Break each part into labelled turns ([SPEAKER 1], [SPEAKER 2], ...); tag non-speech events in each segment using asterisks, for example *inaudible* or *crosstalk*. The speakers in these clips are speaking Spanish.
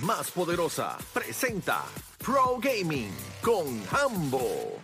[SPEAKER 1] más poderosa presenta Pro Gaming con Hambo.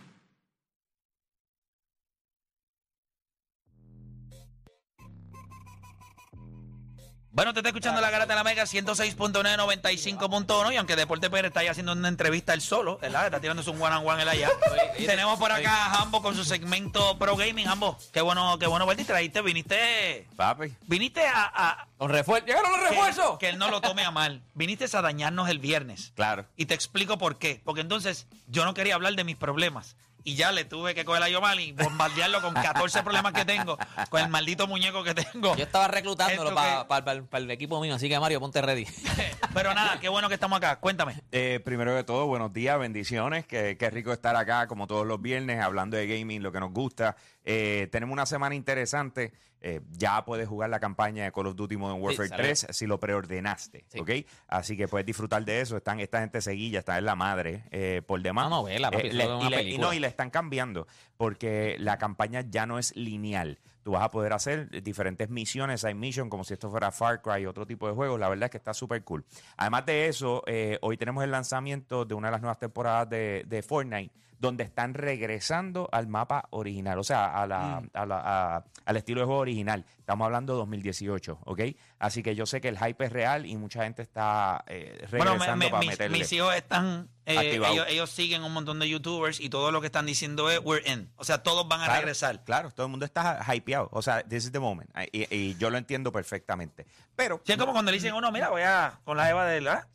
[SPEAKER 2] Bueno, te está escuchando la garata de la Mega 106.995.1 y aunque Deporte Pérez está ahí haciendo una entrevista él solo, ¿verdad? Está tirándose un one on one él allá. Y tenemos por acá a Hambo con su segmento Pro Gaming. Hambo, qué bueno, qué bueno verte y traíste, viniste,
[SPEAKER 3] Papi.
[SPEAKER 2] viniste a, a-
[SPEAKER 3] Los refuerzos. ¡Llegaron los
[SPEAKER 2] que,
[SPEAKER 3] refuerzos!
[SPEAKER 2] que él no lo tome a mal. Viniste a dañarnos el viernes.
[SPEAKER 3] Claro.
[SPEAKER 2] Y te explico por qué. Porque entonces yo no quería hablar de mis problemas. Y ya le tuve que coger a Yomal y bombardearlo con 14 problemas que tengo, con el maldito muñeco que tengo.
[SPEAKER 4] Yo estaba reclutándolo
[SPEAKER 2] Esto
[SPEAKER 4] para
[SPEAKER 2] que-
[SPEAKER 4] el equipo mío, así que Mario, ponte ready.
[SPEAKER 2] *laughs* Pero nada, qué bueno que estamos acá. Cuéntame.
[SPEAKER 3] Eh, primero de todo, buenos días, bendiciones. Qué, qué rico estar acá, como todos los viernes, hablando de gaming, lo que nos gusta. Eh, tenemos una semana interesante. Eh, ya puedes jugar la campaña de Call of Duty Modern Warfare
[SPEAKER 4] salió.
[SPEAKER 3] 3 si lo preordenaste,
[SPEAKER 4] Sí.
[SPEAKER 3] ¿ok? Así que puedes disfrutar de eso. Están, esta gente seguilla, está en la madre, eh, por demás.
[SPEAKER 4] Una novela, papi, eso
[SPEAKER 3] le-
[SPEAKER 4] es una
[SPEAKER 3] y le- y
[SPEAKER 4] película.
[SPEAKER 3] no, y la están cambiando, porque la campaña ya no es lineal. Tú vas a poder hacer diferentes misiones, side mission, como si esto fuera Far Cry, otro tipo de juegos. La verdad es que está súper cool. Además de eso, eh, hoy tenemos el lanzamiento de una de las nuevas temporadas de, de Fortnite, donde están regresando al mapa original, o sea, a la,
[SPEAKER 2] Mm.
[SPEAKER 3] a la- a- al estilo de juego original. Estamos hablando de 2018, ¿ok? Así que yo sé que el hype es real y mucha gente está eh, regresando
[SPEAKER 2] bueno, me- me-
[SPEAKER 3] para
[SPEAKER 2] mis,
[SPEAKER 3] meterle.
[SPEAKER 2] mis hijos están. eh,
[SPEAKER 3] Activado.
[SPEAKER 2] ellos, ellos siguen un montón de YouTubers y todo lo que están diciendo es we're in. O sea, todos van a
[SPEAKER 3] Claro,
[SPEAKER 2] regresar.
[SPEAKER 3] Claro, todo el mundo está hypeado. O sea, this is the moment. Y, y yo lo entiendo perfectamente. Pero.
[SPEAKER 2] Sí, es como cuando le dicen, uno, mira, voy a con la Eva de la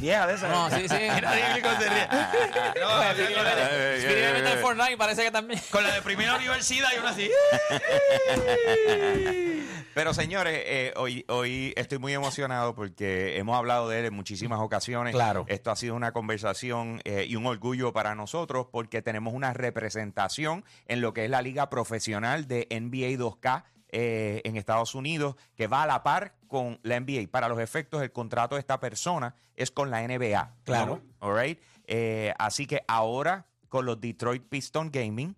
[SPEAKER 2] vieja de esa.
[SPEAKER 4] No, sí,
[SPEAKER 2] *laughs*
[SPEAKER 4] sí.
[SPEAKER 2] Y nadie gringo se
[SPEAKER 4] *laughs*
[SPEAKER 2] ríe. No, sí, con la-
[SPEAKER 4] Escríbeme en Fortnite, parece que también.
[SPEAKER 2] con la de primera universidad y uno así.
[SPEAKER 3] Pero señores, eh, hoy, hoy estoy muy emocionado porque hemos hablado de él en muchísimas ocasiones.
[SPEAKER 4] Claro.
[SPEAKER 3] Esto ha sido una conversación eh, y un orgullo para nosotros porque tenemos una representación en lo que es la liga profesional de NBA 2K. eh, en Estados Unidos, que va a la par con la NBA. Para los efectos, el contrato de esta persona es con la NBA.
[SPEAKER 4] Claro.
[SPEAKER 3] ¿no? All right. Eh, así que ahora, con los Detroit Piston Gaming,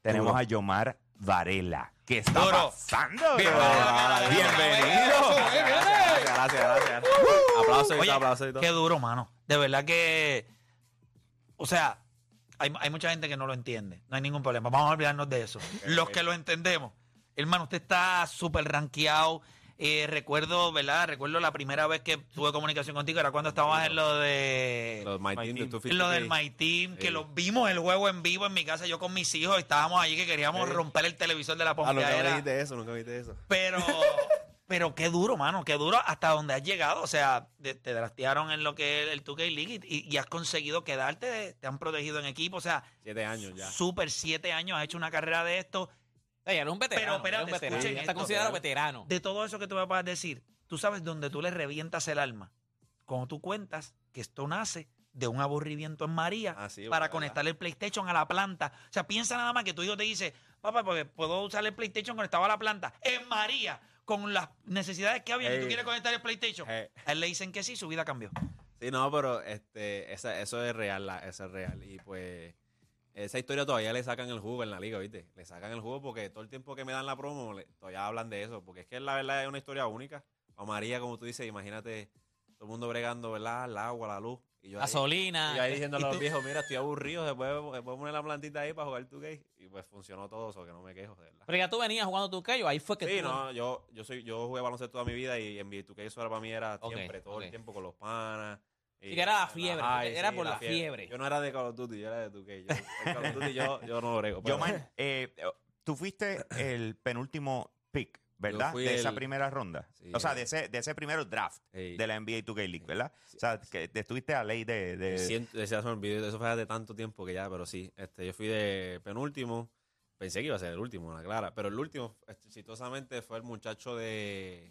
[SPEAKER 3] tenemos a Yomar Varela. ¿Qué está
[SPEAKER 2] Duro.
[SPEAKER 3] pasando?
[SPEAKER 2] Bienvenido,
[SPEAKER 3] bro?
[SPEAKER 2] bienvenido.
[SPEAKER 3] Gracias, gracias, gracias.
[SPEAKER 5] Aplausos y
[SPEAKER 2] Uh. Oye,
[SPEAKER 5] todo, aplausos y todo.
[SPEAKER 2] qué duro, mano. De verdad que. O sea, hay, hay mucha gente que no lo entiende. No hay ningún problema. Vamos a olvidarnos de eso. Los que lo entendemos. Hermano, usted está súper rankeado. Eh, recuerdo, ¿verdad? Recuerdo la primera vez que tuve comunicación contigo era cuando estabas en lo de.
[SPEAKER 5] Los My Team de
[SPEAKER 2] en lo del My Team, que
[SPEAKER 5] Sí.
[SPEAKER 2] los vimos el juego en vivo en mi casa, yo con mis hijos estábamos allí que queríamos
[SPEAKER 5] Sí.
[SPEAKER 2] romper el televisor de la
[SPEAKER 5] Ah, nunca me
[SPEAKER 2] pompeadera.
[SPEAKER 5] dijiste eso, nunca me dijiste eso.
[SPEAKER 2] Pero, pero qué duro, mano, qué duro hasta donde has llegado. O sea, de- te draftearon en lo que es el 2K League y, y has conseguido quedarte, de- te han protegido en equipo. O sea,
[SPEAKER 5] Siete años ya.
[SPEAKER 2] súper siete años, has hecho una carrera de esto.
[SPEAKER 4] Ey, era un veterano.
[SPEAKER 2] Pero, espérate,
[SPEAKER 4] era un veterano.
[SPEAKER 2] escuchen
[SPEAKER 4] Ya está
[SPEAKER 2] esto.
[SPEAKER 4] considerado veterano.
[SPEAKER 2] De todo eso que tú me vas a decir, tú sabes dónde tú le revientas el alma. Cuando tú cuentas que esto nace de un aburrimiento en María
[SPEAKER 5] Ah, sí,
[SPEAKER 2] para
[SPEAKER 5] verdad.
[SPEAKER 2] conectar el PlayStation a la planta. O sea, piensa nada más que tu hijo te dice, papá, porque puedo usar el PlayStation conectado a la planta. En María, con las necesidades que había, y tú
[SPEAKER 5] Ey.
[SPEAKER 2] quieres conectar el PlayStation.
[SPEAKER 5] Eh,
[SPEAKER 2] A él le dicen que sí, su vida cambió.
[SPEAKER 5] sí, no, pero este, esa- eso es real, la- eso es real. Y pues, esa historia todavía le sacan el jugo en la liga, ¿viste? Le sacan el jugo porque todo el tiempo que me dan la promo, le- todavía hablan de eso. Porque es que la verdad es una historia única. O María, como tú dices, imagínate todo el mundo bregando, ¿verdad? El agua, la luz. Y yo ahí-
[SPEAKER 4] Gasolina.
[SPEAKER 5] Y yo ahí diciendo a
[SPEAKER 2] ¿Y
[SPEAKER 5] los
[SPEAKER 4] *laughs*
[SPEAKER 2] tú?
[SPEAKER 5] viejos, mira, estoy aburrido, se puede, se puede poner la plantita ahí para jugar tu gay. Y pues funcionó todo eso, que no me quejo, de verdad.
[SPEAKER 4] Pero ya tú venías jugando tu callo, ahí fue que
[SPEAKER 5] Sí,
[SPEAKER 4] tú.
[SPEAKER 5] no, yo, yo soy, yo jugué baloncesto toda mi vida y en virtud que eso era para mí era
[SPEAKER 4] Ok,
[SPEAKER 5] siempre, todo
[SPEAKER 4] ok.
[SPEAKER 5] el tiempo con los panas. y
[SPEAKER 4] Sí, que era la
[SPEAKER 5] en
[SPEAKER 4] fiebre,
[SPEAKER 5] high,
[SPEAKER 4] era por la fiebre.
[SPEAKER 5] Yo no era de Call of Duty, yo era de 2K. Yo, el Call of Duty yo, yo no lo
[SPEAKER 4] *laughs*
[SPEAKER 5] brego. pero-
[SPEAKER 3] Yomar,
[SPEAKER 5] *laughs*
[SPEAKER 3] eh, tú fuiste el penúltimo pick, ¿verdad?
[SPEAKER 5] Yo fui
[SPEAKER 3] De esa
[SPEAKER 5] el-
[SPEAKER 3] primera ronda.
[SPEAKER 5] Sí.
[SPEAKER 3] o sea, de ese, de ese primero draft
[SPEAKER 5] Sí.
[SPEAKER 3] de la NBA 2K League, ¿verdad? O sea, que te estuviste a ley de. de-
[SPEAKER 5] Siento- ya se me olvidó, eso fue hace tanto tiempo que ya, pero sí. Este, yo fui de penúltimo. Pensé que iba a ser el último, la clara. Pero el último, este, exitosamente, fue el muchacho de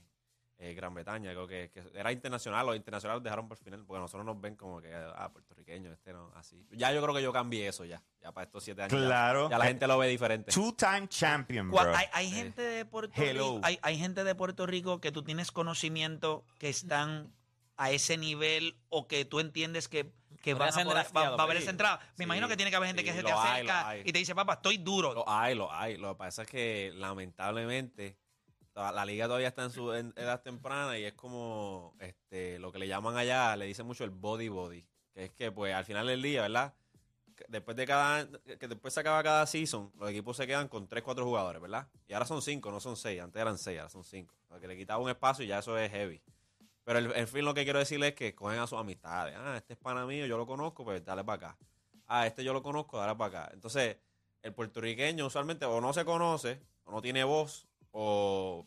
[SPEAKER 5] eh, Gran Bretaña. Creo que, que era internacional. Los internacionales los dejaron por final porque nosotros nos ven como que, ah, puertorriqueño, este no, así. Ya yo creo que yo cambié eso ya. Ya para estos siete años. ya-
[SPEAKER 3] Claro.
[SPEAKER 5] Ya, la gente lo ve diferente.
[SPEAKER 3] Two-time champion,
[SPEAKER 2] Gua-
[SPEAKER 3] bro.
[SPEAKER 2] Hay, hay gente de Puerto
[SPEAKER 3] Hello.
[SPEAKER 2] Rico, hay, hay gente de Puerto Rico que tú tienes conocimiento que están a ese nivel o que tú entiendes que, que
[SPEAKER 4] No
[SPEAKER 2] van
[SPEAKER 4] le hacen
[SPEAKER 2] a poder- va,
[SPEAKER 4] drafteado,
[SPEAKER 2] va a haber
[SPEAKER 5] sí.
[SPEAKER 2] esa entrada. Me
[SPEAKER 5] Sí,
[SPEAKER 2] imagino que tiene que haber gente que
[SPEAKER 5] sí,
[SPEAKER 2] se te
[SPEAKER 5] lo hay,
[SPEAKER 2] acerca
[SPEAKER 5] lo hay.
[SPEAKER 2] y te dice, papá, estoy duro.
[SPEAKER 5] Lo hay, lo hay. Lo que pasa es que, lamentablemente, La, la liga todavía está en su en- edad temprana y es como este lo que le llaman allá, le dicen mucho el body body. Que es que, pues, al final del día, ¿verdad? Que Después de cada. Que después se acaba cada season, los equipos se quedan con 3, 4 jugadores, ¿verdad? Y ahora son 5, no son 6. Antes eran 6, ahora son 5. O sea, que le quitaba un espacio y ya eso es heavy. Pero el, en fin, lo que quiero decirles es que cogen a sus amistades. Ah, este es pana mío, yo lo conozco, pues dale para acá. Ah, este yo lo conozco, dale para acá. Entonces, el puertorriqueño usualmente o no se conoce, o no tiene voz, o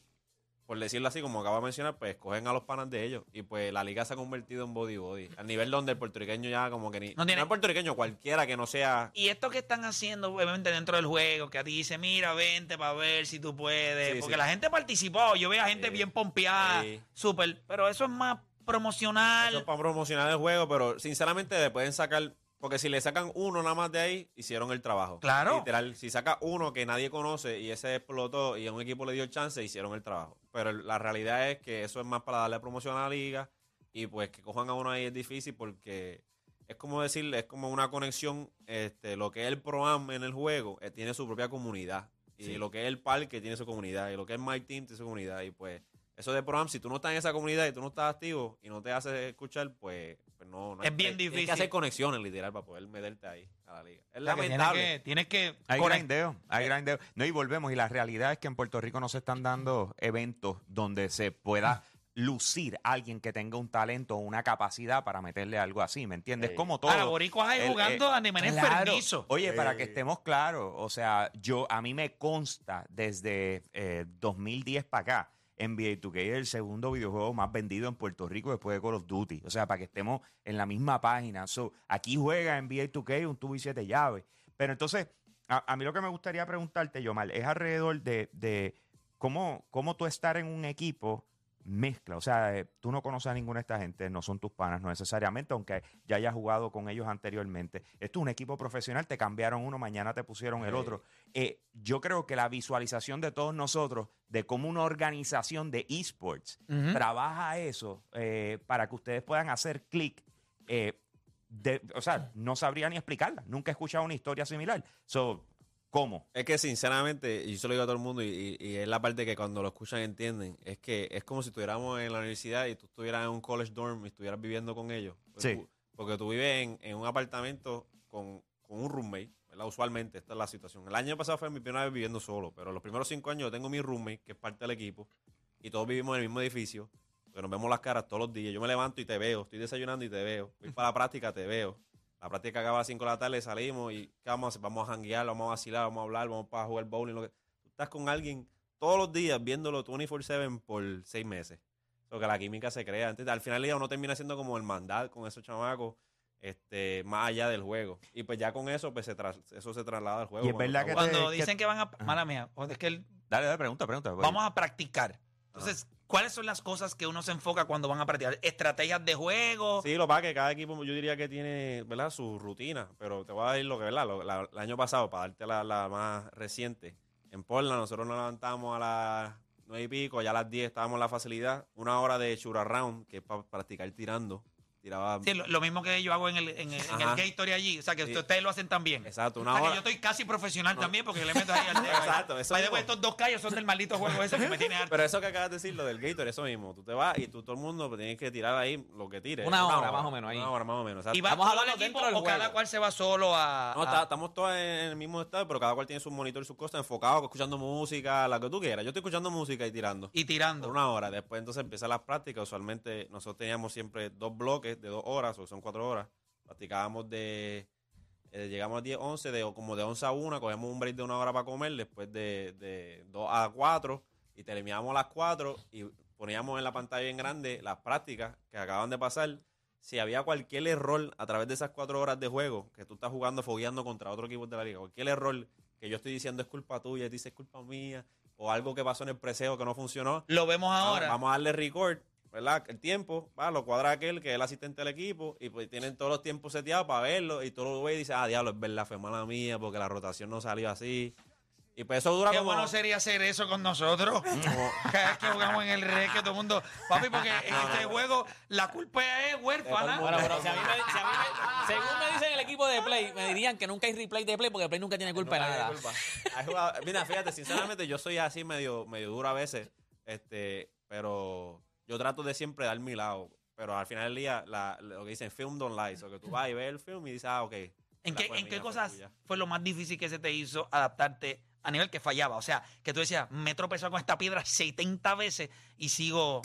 [SPEAKER 5] por decirlo así, como acaba de mencionar, pues cogen a los panas de ellos. Y pues la liga se ha convertido en body body. Al nivel donde el puertorriqueño ya como que ni.
[SPEAKER 2] No tiene-
[SPEAKER 5] el puertorriqueño, cualquiera que no sea.
[SPEAKER 2] Y esto que están haciendo, obviamente, dentro del juego, que a ti dice, mira, vente para ver si tú puedes.
[SPEAKER 5] Sí,
[SPEAKER 2] porque
[SPEAKER 5] sí.
[SPEAKER 2] la gente participó. Yo veo a gente
[SPEAKER 5] Sí.
[SPEAKER 2] bien pompeada,
[SPEAKER 5] Sí.
[SPEAKER 2] súper. Pero eso es más promocional.
[SPEAKER 5] Eso es para promocionar el juego, pero sinceramente le pueden sacar. Porque si le sacan uno nada más de ahí, hicieron el trabajo.
[SPEAKER 2] Claro.
[SPEAKER 5] Literal, si saca uno que nadie conoce y ese explotó y a un equipo le dio chance, hicieron el trabajo. Pero la realidad es que eso es más para darle promoción a la liga y pues que cojan a uno ahí es difícil porque es como decirle, es como una conexión, este, lo que es el ProAm en el juego, eh, tiene su propia comunidad. Y lo que es el parque tiene su comunidad. Y lo que es My Team tiene su comunidad. Y pues, eso de ProAm, si tú no estás en esa comunidad y tú no estás activo y no te haces escuchar, pues, pues no, no
[SPEAKER 2] Es
[SPEAKER 5] hay-
[SPEAKER 2] bien
[SPEAKER 5] hay- Tienes
[SPEAKER 2] difícil.
[SPEAKER 5] que hacer conexiones, literal, para poder meterte ahí a la liga. Es
[SPEAKER 2] O sea, que tienes
[SPEAKER 5] lamentable.
[SPEAKER 2] que- Tienes que,
[SPEAKER 3] Hay
[SPEAKER 2] conect-
[SPEAKER 3] grandeo,
[SPEAKER 2] eh,
[SPEAKER 3] hay grandeo. No, y volvemos. Y la realidad es que en Puerto Rico no se están dando eventos donde se pueda lucir alguien que tenga un talento o una capacidad para meterle algo así, ¿me entiendes?
[SPEAKER 6] Sí.
[SPEAKER 3] Como todo.
[SPEAKER 2] A la boricua Ah, ahí
[SPEAKER 3] El-
[SPEAKER 2] jugando
[SPEAKER 3] eh,
[SPEAKER 2] a Nemanés
[SPEAKER 3] claro.
[SPEAKER 2] Pernizo.
[SPEAKER 3] Oye, para que
[SPEAKER 6] Sí.
[SPEAKER 3] estemos claros, o sea, yo a mí me consta desde eh, 2010 para acá. NBA 2K es el segundo videojuego más vendido en Puerto Rico después de Call of Duty. O sea, para que estemos en la misma página. So, aquí juega NBA 2K un tubo y siete llaves. Pero entonces, a, a mí lo que me gustaría preguntarte, Yomar, es alrededor de, de cómo, cómo tú estar en un equipo mezcla. O sea, eh, tú no conoces a ninguna de esta gente, no son tus panas, no necesariamente, aunque ya hayas jugado con ellos anteriormente. Esto es un equipo profesional, te cambiaron uno, mañana te pusieron el
[SPEAKER 5] Sí.
[SPEAKER 3] otro. Eh, yo creo que la visualización de todos nosotros, de cómo una organización de esports
[SPEAKER 6] ¿Mm?
[SPEAKER 2] Ujú.
[SPEAKER 3] trabaja eso eh, para que ustedes puedan hacer clic. eh, de- o sea, no sabría ni explicarla. Nunca he escuchado una historia similar. So, ¿Cómo?
[SPEAKER 5] Es que sinceramente, y yo se lo digo a todo el mundo, y, y- y es la parte que cuando lo escuchan entienden, es que es como si estuviéramos en la universidad y tú estuvieras en un college dorm y estuvieras viviendo con ellos. Porque
[SPEAKER 3] Sí.
[SPEAKER 5] tú- porque tú vives en, en un apartamento con, con un roommate, ¿verdad? Usualmente, esta es la situación. El año pasado fue mi primera vez viviendo solo, pero los primeros cinco años yo tengo mi roommate, que es parte del equipo, y todos vivimos en el mismo edificio, porque nos vemos las caras todos los días. Yo me levanto y te veo, estoy desayunando y te veo, voy para la práctica, te veo. La práctica acaba a las 5 de la tarde, salimos y ¿qué vamos a hacer? Vamos a janguear, vamos a vacilar, vamos a hablar, vamos para jugar bowling. Lo que... Tú estás con alguien todos los días viéndolo 24-7 por seis meses. Lo que la química se crea. Entonces, al final del día uno termina siendo como hermandad con esos chamacos este, más allá del juego. Y pues ya con eso, pues se tras- eso se traslada al juego.
[SPEAKER 3] Y es
[SPEAKER 5] cuando
[SPEAKER 3] verdad
[SPEAKER 5] está
[SPEAKER 3] que
[SPEAKER 5] jugando.
[SPEAKER 2] Cuando
[SPEAKER 3] ¿Qué-
[SPEAKER 2] dicen que van a... Mala mía, o es que el-
[SPEAKER 3] Dale, dale, pregunta, pregunta.
[SPEAKER 2] vamos a practicar. Entonces, ¿cuáles son las cosas que uno se enfoca cuando van a practicar? ¿Estrategias de juego?
[SPEAKER 5] Sí, lo que pasa es que cada equipo yo diría que tiene, ¿verdad? Su rutina, pero te voy a decir lo que, ¿verdad? Lo- la- el año pasado, para darte la, la más reciente, en Portland nosotros nos levantamos a las nueve y pico, ya a las 10 estábamos en la facilidad, una hora de chura round, que es para practicar tirando. Tiraba...
[SPEAKER 2] Sí, lo, lo mismo que yo hago en el, en el, en el
[SPEAKER 5] Ajá.
[SPEAKER 2] Gatorade allí. O sea, que
[SPEAKER 5] Sí.
[SPEAKER 2] ustedes lo hacen también.
[SPEAKER 5] Exacto,
[SPEAKER 2] O
[SPEAKER 5] una
[SPEAKER 2] sea, que
[SPEAKER 5] hora.
[SPEAKER 2] yo estoy casi profesional también porque le meto ahí al dedo.
[SPEAKER 5] Exacto, eso
[SPEAKER 2] By the
[SPEAKER 5] mismo.
[SPEAKER 2] way, estos dos callos son del maldito juego ese que me tiene harto.
[SPEAKER 5] Pero eso que acabas de decir, lo del Gator, eso mismo. Tú te vas y tú, todo el mundo, pues, tienes que tirar ahí lo que tires.
[SPEAKER 4] Una hora, más o menos, ahí.
[SPEAKER 5] Una hora, más o menos. exacto.
[SPEAKER 2] ¿Y va
[SPEAKER 4] Estamos
[SPEAKER 2] todo el
[SPEAKER 4] hablando
[SPEAKER 2] equipo
[SPEAKER 4] dentro del
[SPEAKER 2] o cada
[SPEAKER 4] juego.
[SPEAKER 2] cual se va solo a...?
[SPEAKER 5] No,
[SPEAKER 2] a-
[SPEAKER 5] está- estamos todos en el mismo estado, pero cada cual tiene su monitor y sus cosas enfocados, escuchando música, la que tú quieras. Yo estoy escuchando música y tirando.
[SPEAKER 2] y
[SPEAKER 5] Por
[SPEAKER 2] tirando.
[SPEAKER 5] una hora. Después entonces empiezan las prácticas. Usualmente nosotros teníamos siempre dos bloques de dos horas, o son cuatro horas. Practicábamos de... eh, llegamos a 10, 11, de, o como de 11 a 1, cogemos un break de una hora para comer, después de, de 2 a 4, y terminábamos a las 4 y poníamos en la pantalla bien grande las prácticas que acaban de pasar. Si había cualquier error a través de esas 4 horas de juego, que tú estás jugando, fogueando contra otro equipo de la liga, cualquier error que yo estoy diciendo es culpa tuya, y tú dices es culpa mía, o algo que pasó en el preseo que no funcionó,
[SPEAKER 2] Lo vemos ahora.
[SPEAKER 5] Vamos a darle record, ¿verdad? El tiempo, va, lo cuadra aquel que es el asistente del equipo y pues tienen todos los tiempos seteados para verlo y todo lo ve y dice, ah, diablo, es verdad, fue mala mía porque la rotación no salió así. Y pues eso dura
[SPEAKER 2] Qué
[SPEAKER 5] como...
[SPEAKER 2] bueno sería hacer eso con
[SPEAKER 5] *laughs*
[SPEAKER 2] nosotros.
[SPEAKER 5] como-
[SPEAKER 2] *laughs* Cada vez que jugamos en el rey, que todo el mundo. Papi, porque en este juego la culpa es
[SPEAKER 4] Bueno,
[SPEAKER 2] huérfana.
[SPEAKER 4] pero si a mí me, si a mí me- según me dicen el equipo de Play, me dirían que nunca hay replay de Play porque Play nunca tiene culpa de
[SPEAKER 5] No, no
[SPEAKER 4] nada.
[SPEAKER 5] tiene culpa. Hay jugadores- Mira, fíjate, sinceramente yo soy así medio, medio duro a veces. Este, pero yo trato de siempre dar mi lado. Pero al final del día, la- lo que dicen, film don't lie. O que tú vas y ves el film y dices, ah, ok.
[SPEAKER 2] ¿En
[SPEAKER 5] la
[SPEAKER 2] qué,
[SPEAKER 5] fue
[SPEAKER 2] en qué
[SPEAKER 5] mía, fue
[SPEAKER 2] cosas
[SPEAKER 5] tuya.
[SPEAKER 2] fue lo más difícil que se te hizo adaptarte a nivel que fallaba? O sea, que tú decías, me he tropezado con esta piedra 70 veces y sigo.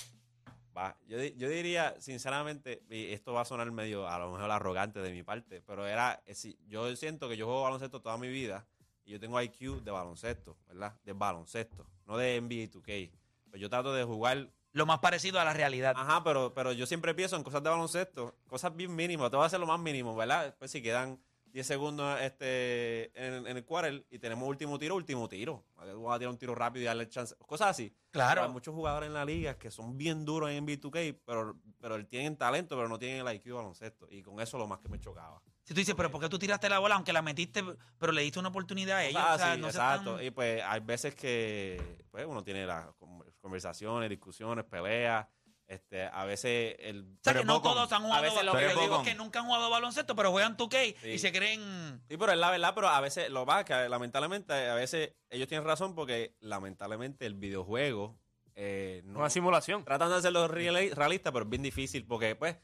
[SPEAKER 5] Va, yo, di- yo diría, sinceramente, y esto va a sonar medio, a lo mejor arrogante de mi parte, pero era, eh, si- yo siento que yo juego baloncesto toda mi vida y yo tengo IQ de baloncesto, ¿verdad? De baloncesto, no de NBA 2K. Pues yo trato de jugar,
[SPEAKER 2] lo más parecido a la realidad.
[SPEAKER 5] ajá, pero, pero yo siempre pienso en cosas de baloncesto, cosas bien mínimas, te voy a hacer lo más mínimo, ¿verdad? Después si quedan 10 segundos este, en, en el quarter y tenemos último tiro, último tiro. Vamos a tirar un tiro rápido y darle chance, cosas así. Hay
[SPEAKER 2] claro.
[SPEAKER 5] muchos jugadores en la liga que son bien duros en NBA2K, pero, pero tienen talento, pero no tienen el IQ baloncesto. Y con eso lo más que me chocaba.
[SPEAKER 2] Si tú dices, pero ¿por qué tú tiraste la bola aunque la metiste, pero le diste una oportunidad a ellos?
[SPEAKER 5] Ah,
[SPEAKER 2] O sea,
[SPEAKER 5] sí,
[SPEAKER 2] no se
[SPEAKER 5] exacto.
[SPEAKER 2] están-
[SPEAKER 5] Y pues hay veces que pues, uno tiene las con- conversaciones, discusiones, peleas. Este, a veces el.
[SPEAKER 2] O sea,
[SPEAKER 3] Pero
[SPEAKER 2] que no
[SPEAKER 3] Bocón,
[SPEAKER 2] todos han
[SPEAKER 5] a veces
[SPEAKER 2] jugado
[SPEAKER 5] lo
[SPEAKER 2] lo que
[SPEAKER 3] que
[SPEAKER 2] yo digo
[SPEAKER 3] Bocón.
[SPEAKER 2] es que nunca han jugado baloncesto, pero juegan 2K y
[SPEAKER 5] Sí.
[SPEAKER 2] se creen...
[SPEAKER 5] Sí, pero es la verdad, pero a veces lo va, que lamentablemente, a veces ellos tienen razón porque lamentablemente el videojuego eh, no,
[SPEAKER 6] Una simulación.
[SPEAKER 5] Tratan de hacerlo reali- realista, pero es bien difícil porque, pues,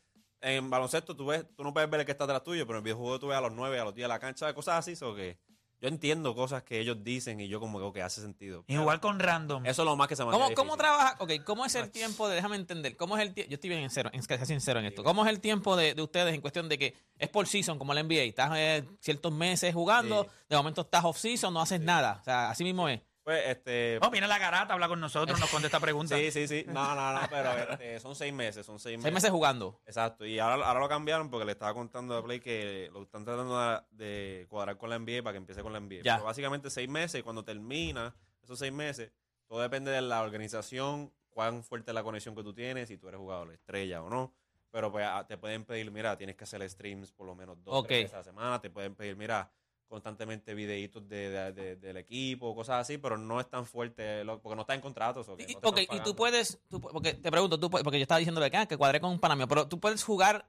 [SPEAKER 5] en baloncesto tú ves, tú no puedes ver el que está atrás tuyo, pero en el videojuego tú ves a los nueve, a los 10 de la cancha, cosas así, so que yo entiendo cosas que ellos dicen y yo como que ok, hace sentido.
[SPEAKER 2] Y jugar con random.
[SPEAKER 5] Eso es lo más que se me hace
[SPEAKER 4] ¿Cómo, ¿Cómo
[SPEAKER 5] difícil.
[SPEAKER 4] trabaja? Ok, ¿cómo es el tiempo de, déjame entender, cómo es el tiempo, yo estoy bien en cero, en, casi en cero en esto, ¿cómo es el tiempo de, de ustedes en cuestión de que es por season, como la NBA, estás eh, ciertos meses jugando,
[SPEAKER 5] Sí.
[SPEAKER 4] de momento estás off season, no haces nada, o sea, así mismo es.
[SPEAKER 5] Pues, este...
[SPEAKER 2] Oh, viene la garata, habla con nosotros, nos contesta preguntas.
[SPEAKER 5] *laughs* Sí, sí, sí. No, no, no, pero este, son seis meses, son seis meses.
[SPEAKER 4] Seis meses jugando.
[SPEAKER 5] Exacto, y ahora, ahora lo cambiaron porque le estaba contando a Play que lo están tratando de- de cuadrar con la NBA para que empiece con la NBA.
[SPEAKER 4] Ya.
[SPEAKER 5] Pero básicamente seis meses, y cuando termina esos seis meses, todo depende de la organización, cuán fuerte es la conexión que tú tienes, si tú eres jugador estrella o no. Pero pues ah, te pueden pedir, mira, tienes que hacer streams por lo menos dos
[SPEAKER 4] Ok.
[SPEAKER 5] tres veces a la semana, te pueden pedir, mira, constantemente videitos de, de- de- del equipo, cosas así, pero no es tan fuerte, lo- porque no está en contratos. o que
[SPEAKER 4] Y- y-
[SPEAKER 5] no te
[SPEAKER 4] ok,
[SPEAKER 5] están
[SPEAKER 4] y tú
[SPEAKER 5] pagando.
[SPEAKER 4] puedes, tú pu- porque te pregunto, tú, pu- porque yo estaba diciéndole que, ah, que cuadré con un pana mío, pero tú puedes jugar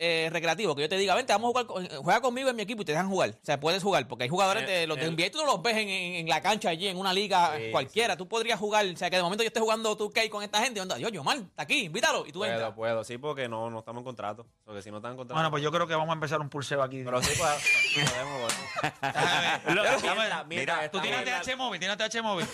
[SPEAKER 4] eh, recreativo, que yo te diga, vente, vamos a jugar, con- eh, juega conmigo en mi equipo y te dejan jugar. O sea, puedes jugar, porque hay jugadores de los de
[SPEAKER 5] el-
[SPEAKER 4] NBA, y tú no los ves en, en- en la cancha allí, en una liga eh,
[SPEAKER 5] Sí,
[SPEAKER 4] cualquiera, tú podrías jugar, o sea, que de momento yo esté jugando 2K con esta gente, y onda, yo, yo, mal, está aquí, invítalo, y tú entras.
[SPEAKER 5] Puedo, puedo, sí, porque no, no estamos en contrato. Porque si no están en contrato.
[SPEAKER 2] Bueno, pues yo creo que vamos a empezar un pulseo aquí. *laughs*
[SPEAKER 5] Pero sí pues, podemos bueno.
[SPEAKER 2] Mira,
[SPEAKER 5] Mira,
[SPEAKER 2] Tú tienes
[SPEAKER 5] estamos-
[SPEAKER 2] TH Móvil, tienes TH
[SPEAKER 5] *laughs*
[SPEAKER 2] Móvil.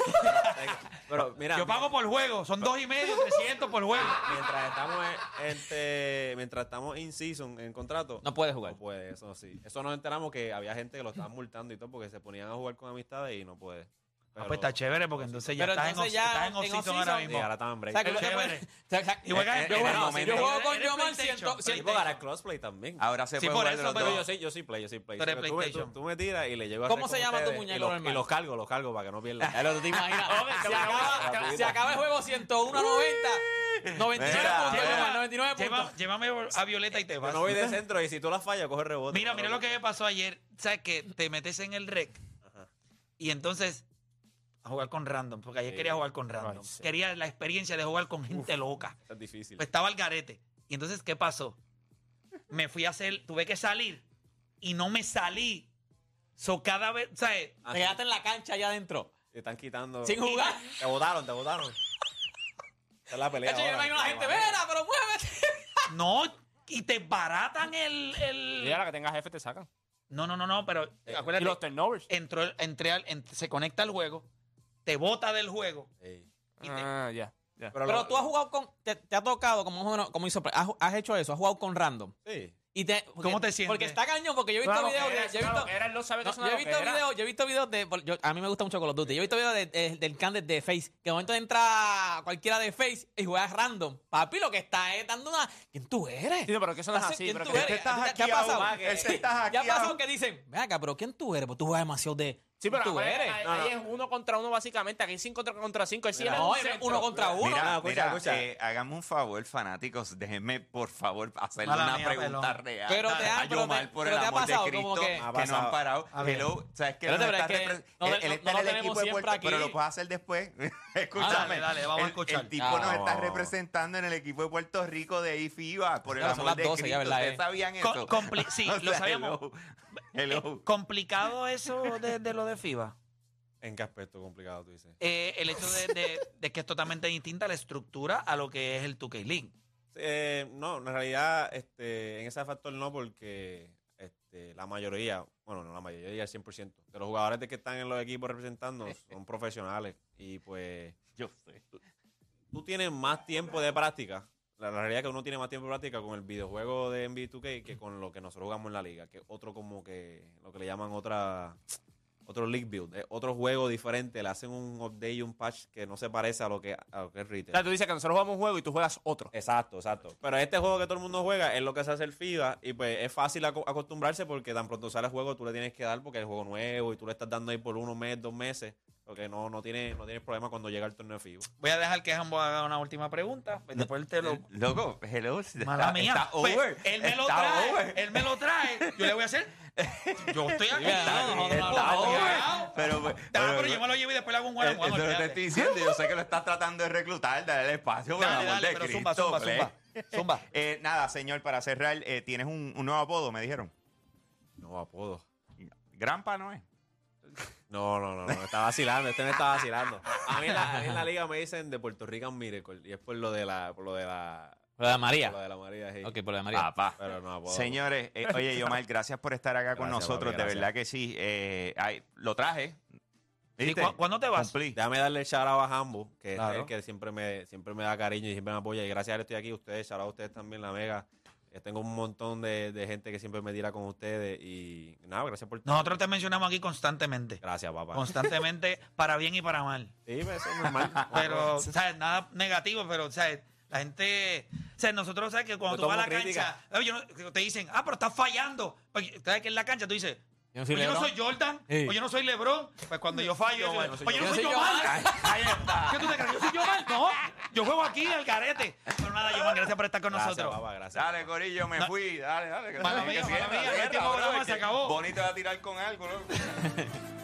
[SPEAKER 5] Pero mira, Ah,
[SPEAKER 2] Yo pago por juego, son dos y medio, 300 por juego.
[SPEAKER 5] mientras estamos en, este- mientras estamos in season en contrato,
[SPEAKER 4] No puedes
[SPEAKER 5] no
[SPEAKER 4] jugar.
[SPEAKER 5] puede, eso sí. Eso nos enteramos que había gente que lo estaban multando y todo porque se ponían a jugar con amistades y no puede.
[SPEAKER 2] Ah,
[SPEAKER 5] Pero-
[SPEAKER 2] pues está chévere porque entonces ya
[SPEAKER 4] Pero
[SPEAKER 2] estás en
[SPEAKER 4] entonces
[SPEAKER 2] off-
[SPEAKER 4] ya
[SPEAKER 2] estás en
[SPEAKER 4] en
[SPEAKER 2] off-season
[SPEAKER 4] off-season,
[SPEAKER 2] ahora
[SPEAKER 5] Sí,
[SPEAKER 2] mismo.
[SPEAKER 5] ahora estaban en break.
[SPEAKER 4] O sea, que
[SPEAKER 2] Es
[SPEAKER 4] no te
[SPEAKER 2] chévere.
[SPEAKER 4] puedes- o sea, o sea, eh,
[SPEAKER 2] Y juegas
[SPEAKER 3] En-
[SPEAKER 2] en
[SPEAKER 3] en
[SPEAKER 4] yo,
[SPEAKER 3] el
[SPEAKER 4] juego,
[SPEAKER 3] momento.
[SPEAKER 4] yo juego con
[SPEAKER 2] Eres
[SPEAKER 4] Yomal
[SPEAKER 2] PlayStation.
[SPEAKER 4] 100,
[SPEAKER 5] Sí, porque ahora es crossplay también.
[SPEAKER 3] Ahora se
[SPEAKER 2] Sí,
[SPEAKER 3] puede
[SPEAKER 2] por
[SPEAKER 3] jugar
[SPEAKER 2] eso,
[SPEAKER 3] de los
[SPEAKER 2] pero
[SPEAKER 5] Pero
[SPEAKER 3] dos.
[SPEAKER 5] yo sí, yo soy play, yo soy play.
[SPEAKER 2] Tú eres
[SPEAKER 5] Pero tú me-
[SPEAKER 2] PlayStation.
[SPEAKER 5] Tú, tú me tiras y le llego a
[SPEAKER 4] ¿Cómo
[SPEAKER 5] hacer
[SPEAKER 4] se
[SPEAKER 5] con
[SPEAKER 4] llama tu
[SPEAKER 5] ustedes
[SPEAKER 4] muñeco
[SPEAKER 5] y los- Y
[SPEAKER 4] normal?
[SPEAKER 5] los cargo, los cargo para que no pierdan.
[SPEAKER 4] Ya lo te
[SPEAKER 5] *laughs*
[SPEAKER 4] imaginas. se, acaba, se acaba el juego 101 a 90. 99
[SPEAKER 5] Mira,
[SPEAKER 4] puntos,
[SPEAKER 5] mira.
[SPEAKER 4] Yomal, 99 puntos.
[SPEAKER 2] Lleva- Llévame a Violeta y te
[SPEAKER 5] Yo
[SPEAKER 2] vas.
[SPEAKER 5] no
[SPEAKER 2] *laughs*
[SPEAKER 5] voy de centro y si tú la fallas, coge rebote.
[SPEAKER 2] Mira, mira lo que me pasó ayer. ¿Sabes que Te metes en el rec y entonces a jugar con random, porque ayer
[SPEAKER 5] Sí.
[SPEAKER 2] quería jugar con random.
[SPEAKER 5] Ay, sí.
[SPEAKER 2] Quería la experiencia de jugar con gente loca.
[SPEAKER 5] Es difícil.
[SPEAKER 2] Pues estaba el garete. Y entonces, ¿qué pasó? Me fui a hacer, tuve que salir y no me salí. So cada vez, ¿sabes?
[SPEAKER 5] Ah,
[SPEAKER 4] Te quedaste en la cancha allá adentro.
[SPEAKER 5] Te están quitando.
[SPEAKER 4] Sin jugar.
[SPEAKER 5] Te botaron, te botaron. Esta es la pelea.
[SPEAKER 4] Cacho, yo me
[SPEAKER 5] ahora.
[SPEAKER 4] imagino a la gente, vera, pero muévete.
[SPEAKER 2] No, y te baratan el.
[SPEAKER 6] Y
[SPEAKER 2] el-
[SPEAKER 6] ya la que tenga jefe te sacan.
[SPEAKER 2] No, no, no, no, pero
[SPEAKER 6] Y
[SPEAKER 2] acuérdate.
[SPEAKER 6] los turnovers.
[SPEAKER 2] entró el- entré al- ent- se conecta al juego, te bota del juego.
[SPEAKER 5] Sí.
[SPEAKER 2] y te-
[SPEAKER 6] Ah, ya. ya.
[SPEAKER 5] Pero,
[SPEAKER 4] Pero
[SPEAKER 5] lo-
[SPEAKER 4] tú has jugado con. Te, te ha tocado, como, más o menos- como hizo. Has, has hecho eso, has jugado con random.
[SPEAKER 5] Sí.
[SPEAKER 4] Y te, porque-
[SPEAKER 2] ¿Cómo te sientes?
[SPEAKER 4] Porque está cañón, porque yo he
[SPEAKER 6] Una
[SPEAKER 4] visto videos
[SPEAKER 6] loquera,
[SPEAKER 4] de.
[SPEAKER 6] es
[SPEAKER 4] Yo he
[SPEAKER 6] una
[SPEAKER 4] visto,
[SPEAKER 6] loquera, él lo sabe que
[SPEAKER 4] no,
[SPEAKER 6] es una
[SPEAKER 4] yo he visto
[SPEAKER 6] loquera.
[SPEAKER 4] videos, yo he visto videos de. yo- a mí me gusta mucho Call of Duty. Yo he visto videos de- de- del Candid de Face, que de momento entra cualquiera de Face y juega random. Papi, lo que está es dando una. ¿Quién tú eres?
[SPEAKER 6] Sí, no, pero que eso no es
[SPEAKER 4] Así,
[SPEAKER 6] así.
[SPEAKER 4] ¿Quién
[SPEAKER 6] pero
[SPEAKER 4] tú
[SPEAKER 6] que-
[SPEAKER 4] eres?
[SPEAKER 3] Este está
[SPEAKER 4] ¿Qué- ¿Qué ha
[SPEAKER 3] hackeado,
[SPEAKER 4] pasado?
[SPEAKER 3] va, que
[SPEAKER 6] *laughs*
[SPEAKER 3] este está
[SPEAKER 4] ¿Qué ha pasado
[SPEAKER 3] hackeado.
[SPEAKER 4] que dicen? Ven acá, pero ¿quién tú eres? Pues tú juegas demasiado de.
[SPEAKER 6] Sí, pero
[SPEAKER 4] ¿Quién tú
[SPEAKER 6] acuérdate,
[SPEAKER 4] eres?
[SPEAKER 6] ahí,
[SPEAKER 5] No,
[SPEAKER 6] ahí
[SPEAKER 5] no.
[SPEAKER 6] es uno contra uno básicamente. Aquí es cinco contra, contra cinco. Él sí era
[SPEAKER 4] No,
[SPEAKER 6] un pues.
[SPEAKER 4] era
[SPEAKER 6] centro.
[SPEAKER 4] uno contra uno.
[SPEAKER 5] Uno,
[SPEAKER 3] Mira,
[SPEAKER 5] escucha,
[SPEAKER 3] mira,
[SPEAKER 5] escucha.
[SPEAKER 3] eh, háganme un favor, fanáticos. Déjenme, por favor, hacerle
[SPEAKER 2] Mala
[SPEAKER 3] una
[SPEAKER 2] mía,
[SPEAKER 3] pregunta
[SPEAKER 2] pelón.
[SPEAKER 3] real.
[SPEAKER 4] Pero te ha-
[SPEAKER 3] a
[SPEAKER 4] pero
[SPEAKER 3] Yomar,
[SPEAKER 4] te-
[SPEAKER 3] por
[SPEAKER 4] pero
[SPEAKER 3] el
[SPEAKER 4] te ha
[SPEAKER 3] amor de
[SPEAKER 4] pasado,
[SPEAKER 3] Cristo,
[SPEAKER 4] como que-
[SPEAKER 3] que,
[SPEAKER 5] Ha
[SPEAKER 3] no han
[SPEAKER 5] pasado.
[SPEAKER 3] parado.
[SPEAKER 2] A ver.
[SPEAKER 3] Hello, ¿sabes qué?
[SPEAKER 6] Espérate, pero es que no-
[SPEAKER 3] él, él
[SPEAKER 6] no-
[SPEAKER 3] está
[SPEAKER 6] no
[SPEAKER 3] en el
[SPEAKER 6] tenemos
[SPEAKER 3] equipo de
[SPEAKER 6] siempre
[SPEAKER 3] Puerto
[SPEAKER 6] aquí.
[SPEAKER 3] pero lo puedes hacer después. *laughs* Escúchame.
[SPEAKER 2] Ah, dale, dale, vamos a
[SPEAKER 3] El-
[SPEAKER 2] escuchar.
[SPEAKER 3] El, tipo nos está
[SPEAKER 5] Ah, No.
[SPEAKER 3] representando en el equipo de Puerto Rico de IFIBA, por el
[SPEAKER 4] Claro, son las
[SPEAKER 3] amor de
[SPEAKER 4] 12 ya,
[SPEAKER 3] Cristo.
[SPEAKER 4] ¿verdad,
[SPEAKER 3] ¿Ustedes
[SPEAKER 4] eh?
[SPEAKER 3] sabían
[SPEAKER 2] Co-
[SPEAKER 3] *laughs* eso?
[SPEAKER 2] compli- sí,
[SPEAKER 3] O
[SPEAKER 2] lo
[SPEAKER 3] sea,
[SPEAKER 2] sabíamos. Eh,
[SPEAKER 3] Hello. hello.
[SPEAKER 2] ¿Es complicado eso de, de lo de FIBA.
[SPEAKER 5] ¿En qué aspecto complicado tú dices?
[SPEAKER 2] Eh, el hecho de, de- de que es totalmente distinta la estructura a lo que es el 2K League.
[SPEAKER 5] Eh, no, en realidad, este, en ese factor no, porque este, la mayoría, bueno, no la mayoría, el 100% de los jugadores de que están en los equipos *laughs* representando son profesionales. Y pues. Yo sé. Tú, tú tienes más tiempo de práctica. La, la realidad es que uno tiene más tiempo de práctica con el videojuego de NBA 2K que con lo que nosotros jugamos en la liga, que es otro como que. Lo que le llaman otra. Otro league build, es otro juego diferente, le hacen un update y un patch que no se parece a lo que, a lo que es
[SPEAKER 6] O
[SPEAKER 5] retail.
[SPEAKER 6] sea, tú dices que nosotros jugamos un juego y tú juegas otro.
[SPEAKER 5] Exacto, exacto. Pero este juego que todo el mundo juega es lo que se hace el FIBA y pues es fácil aco- acostumbrarse porque tan pronto sale el juego tú le tienes que dar porque es el juego nuevo y tú le estás dando ahí por unos meses, dos meses. Porque no, no tienes no tienes problema cuando llega el torneo de FIBA.
[SPEAKER 2] Voy a dejar que Jambo haga una última pregunta. pues Después te
[SPEAKER 3] eh,
[SPEAKER 2] lo.
[SPEAKER 3] Loco, hello.
[SPEAKER 2] Mala mía. Pues, él me lo
[SPEAKER 3] Está
[SPEAKER 2] trae.
[SPEAKER 3] over.
[SPEAKER 2] Él me lo trae. Yo le voy a hacer. Yo estoy aquí.
[SPEAKER 4] Ya, no, no, no,
[SPEAKER 2] Está
[SPEAKER 4] no, no,
[SPEAKER 2] over.
[SPEAKER 3] no. Pero,
[SPEAKER 2] Ah,
[SPEAKER 3] pero-
[SPEAKER 2] pero yo me lo llevo y después le hago un
[SPEAKER 3] Eh,
[SPEAKER 2] juego.
[SPEAKER 3] Eso es lo que te estoy diciendo. Yo sé que lo estás tratando de reclutar, dale el espacio. por el
[SPEAKER 2] Dale,
[SPEAKER 3] amor
[SPEAKER 2] dale,
[SPEAKER 3] de
[SPEAKER 2] pero zumba,
[SPEAKER 3] Cristo,
[SPEAKER 2] zumba,
[SPEAKER 3] Blake.
[SPEAKER 2] zumba. Zumba.
[SPEAKER 3] *laughs* Eh, nada, señor, para cerrar, eh, tienes un, un nuevo apodo, me dijeron.
[SPEAKER 5] No, apodo.
[SPEAKER 3] Grampa no es.
[SPEAKER 5] No, no, no, no, me está vacilando, este me está vacilando. *laughs* A mí, en la, a mí en la liga me dicen de Puerto Rican Miracle y es por lo de la, por lo de la,
[SPEAKER 4] Por la de
[SPEAKER 5] por lo
[SPEAKER 4] María.
[SPEAKER 5] de la María. Ah. sí.
[SPEAKER 4] Ok, por la de María.
[SPEAKER 3] Papá.
[SPEAKER 5] Pero no, apodo.
[SPEAKER 3] Señores, eh, oye, Yomar, gracias por estar acá con
[SPEAKER 5] Gracias,
[SPEAKER 3] nosotros.
[SPEAKER 5] papi,
[SPEAKER 3] de
[SPEAKER 5] gracias.
[SPEAKER 3] verdad que sí. eh, ay, lo traje.
[SPEAKER 2] ¿Y
[SPEAKER 3] ¿Viste?
[SPEAKER 2] cu- cuándo te vas?
[SPEAKER 3] Cumplí.
[SPEAKER 5] Déjame darle el shout out a Hambo, que es
[SPEAKER 2] Claro.
[SPEAKER 5] el que siempre me, siempre me da cariño y siempre me apoya. Y gracias a él estoy aquí. Ustedes, shout out a ustedes también, la mega. Eh, Tengo un montón de, de gente que siempre me tira con ustedes. Y nada, gracias por
[SPEAKER 2] Nosotros te mencionamos aquí constantemente.
[SPEAKER 5] Gracias, papá.
[SPEAKER 2] Constantemente, para bien y para mal.
[SPEAKER 5] Sí, eso es normal.
[SPEAKER 2] *laughs* Pero, ¿sabes? Nada negativo, pero, ¿sabes? La gente. O sea, nosotros, ¿sabes? Que cuando
[SPEAKER 5] Yo
[SPEAKER 2] tú vas a la
[SPEAKER 5] tomo crítica.
[SPEAKER 2] cancha, oye, no- te dicen, ah, pero estás fallando. Porque, ¿Sabes que en la cancha tú dices,
[SPEAKER 4] Yo no soy
[SPEAKER 2] o Pues yo no
[SPEAKER 4] LeBron.
[SPEAKER 2] soy Jordan,
[SPEAKER 4] Sí.
[SPEAKER 2] o yo no soy LeBron. Pues cuando yo fallo,
[SPEAKER 5] Yo,
[SPEAKER 2] yo,
[SPEAKER 5] bueno, soy
[SPEAKER 2] oye, yo no
[SPEAKER 4] yo.
[SPEAKER 2] soy
[SPEAKER 4] Yo
[SPEAKER 2] yo
[SPEAKER 4] soy
[SPEAKER 2] mal.
[SPEAKER 4] yo
[SPEAKER 2] Ahí está. ¿Qué tú te crees? ¿Yo soy yo mal? No, yo juego aquí al carete. Pero nada, Yomar, gracias por estar con
[SPEAKER 5] Gracias,
[SPEAKER 2] nosotros.
[SPEAKER 5] papá, gracias.
[SPEAKER 3] Dale, Corillo, me
[SPEAKER 2] No.
[SPEAKER 3] fui. Dale, dale. que-
[SPEAKER 2] Mala
[SPEAKER 3] que
[SPEAKER 2] mía, mala
[SPEAKER 3] sienta,
[SPEAKER 2] mía, el
[SPEAKER 3] sienta,
[SPEAKER 2] último
[SPEAKER 3] bro,
[SPEAKER 2] programa
[SPEAKER 3] es
[SPEAKER 2] se
[SPEAKER 3] que
[SPEAKER 2] acabó.
[SPEAKER 3] Bonito va a tirar con algo, loco.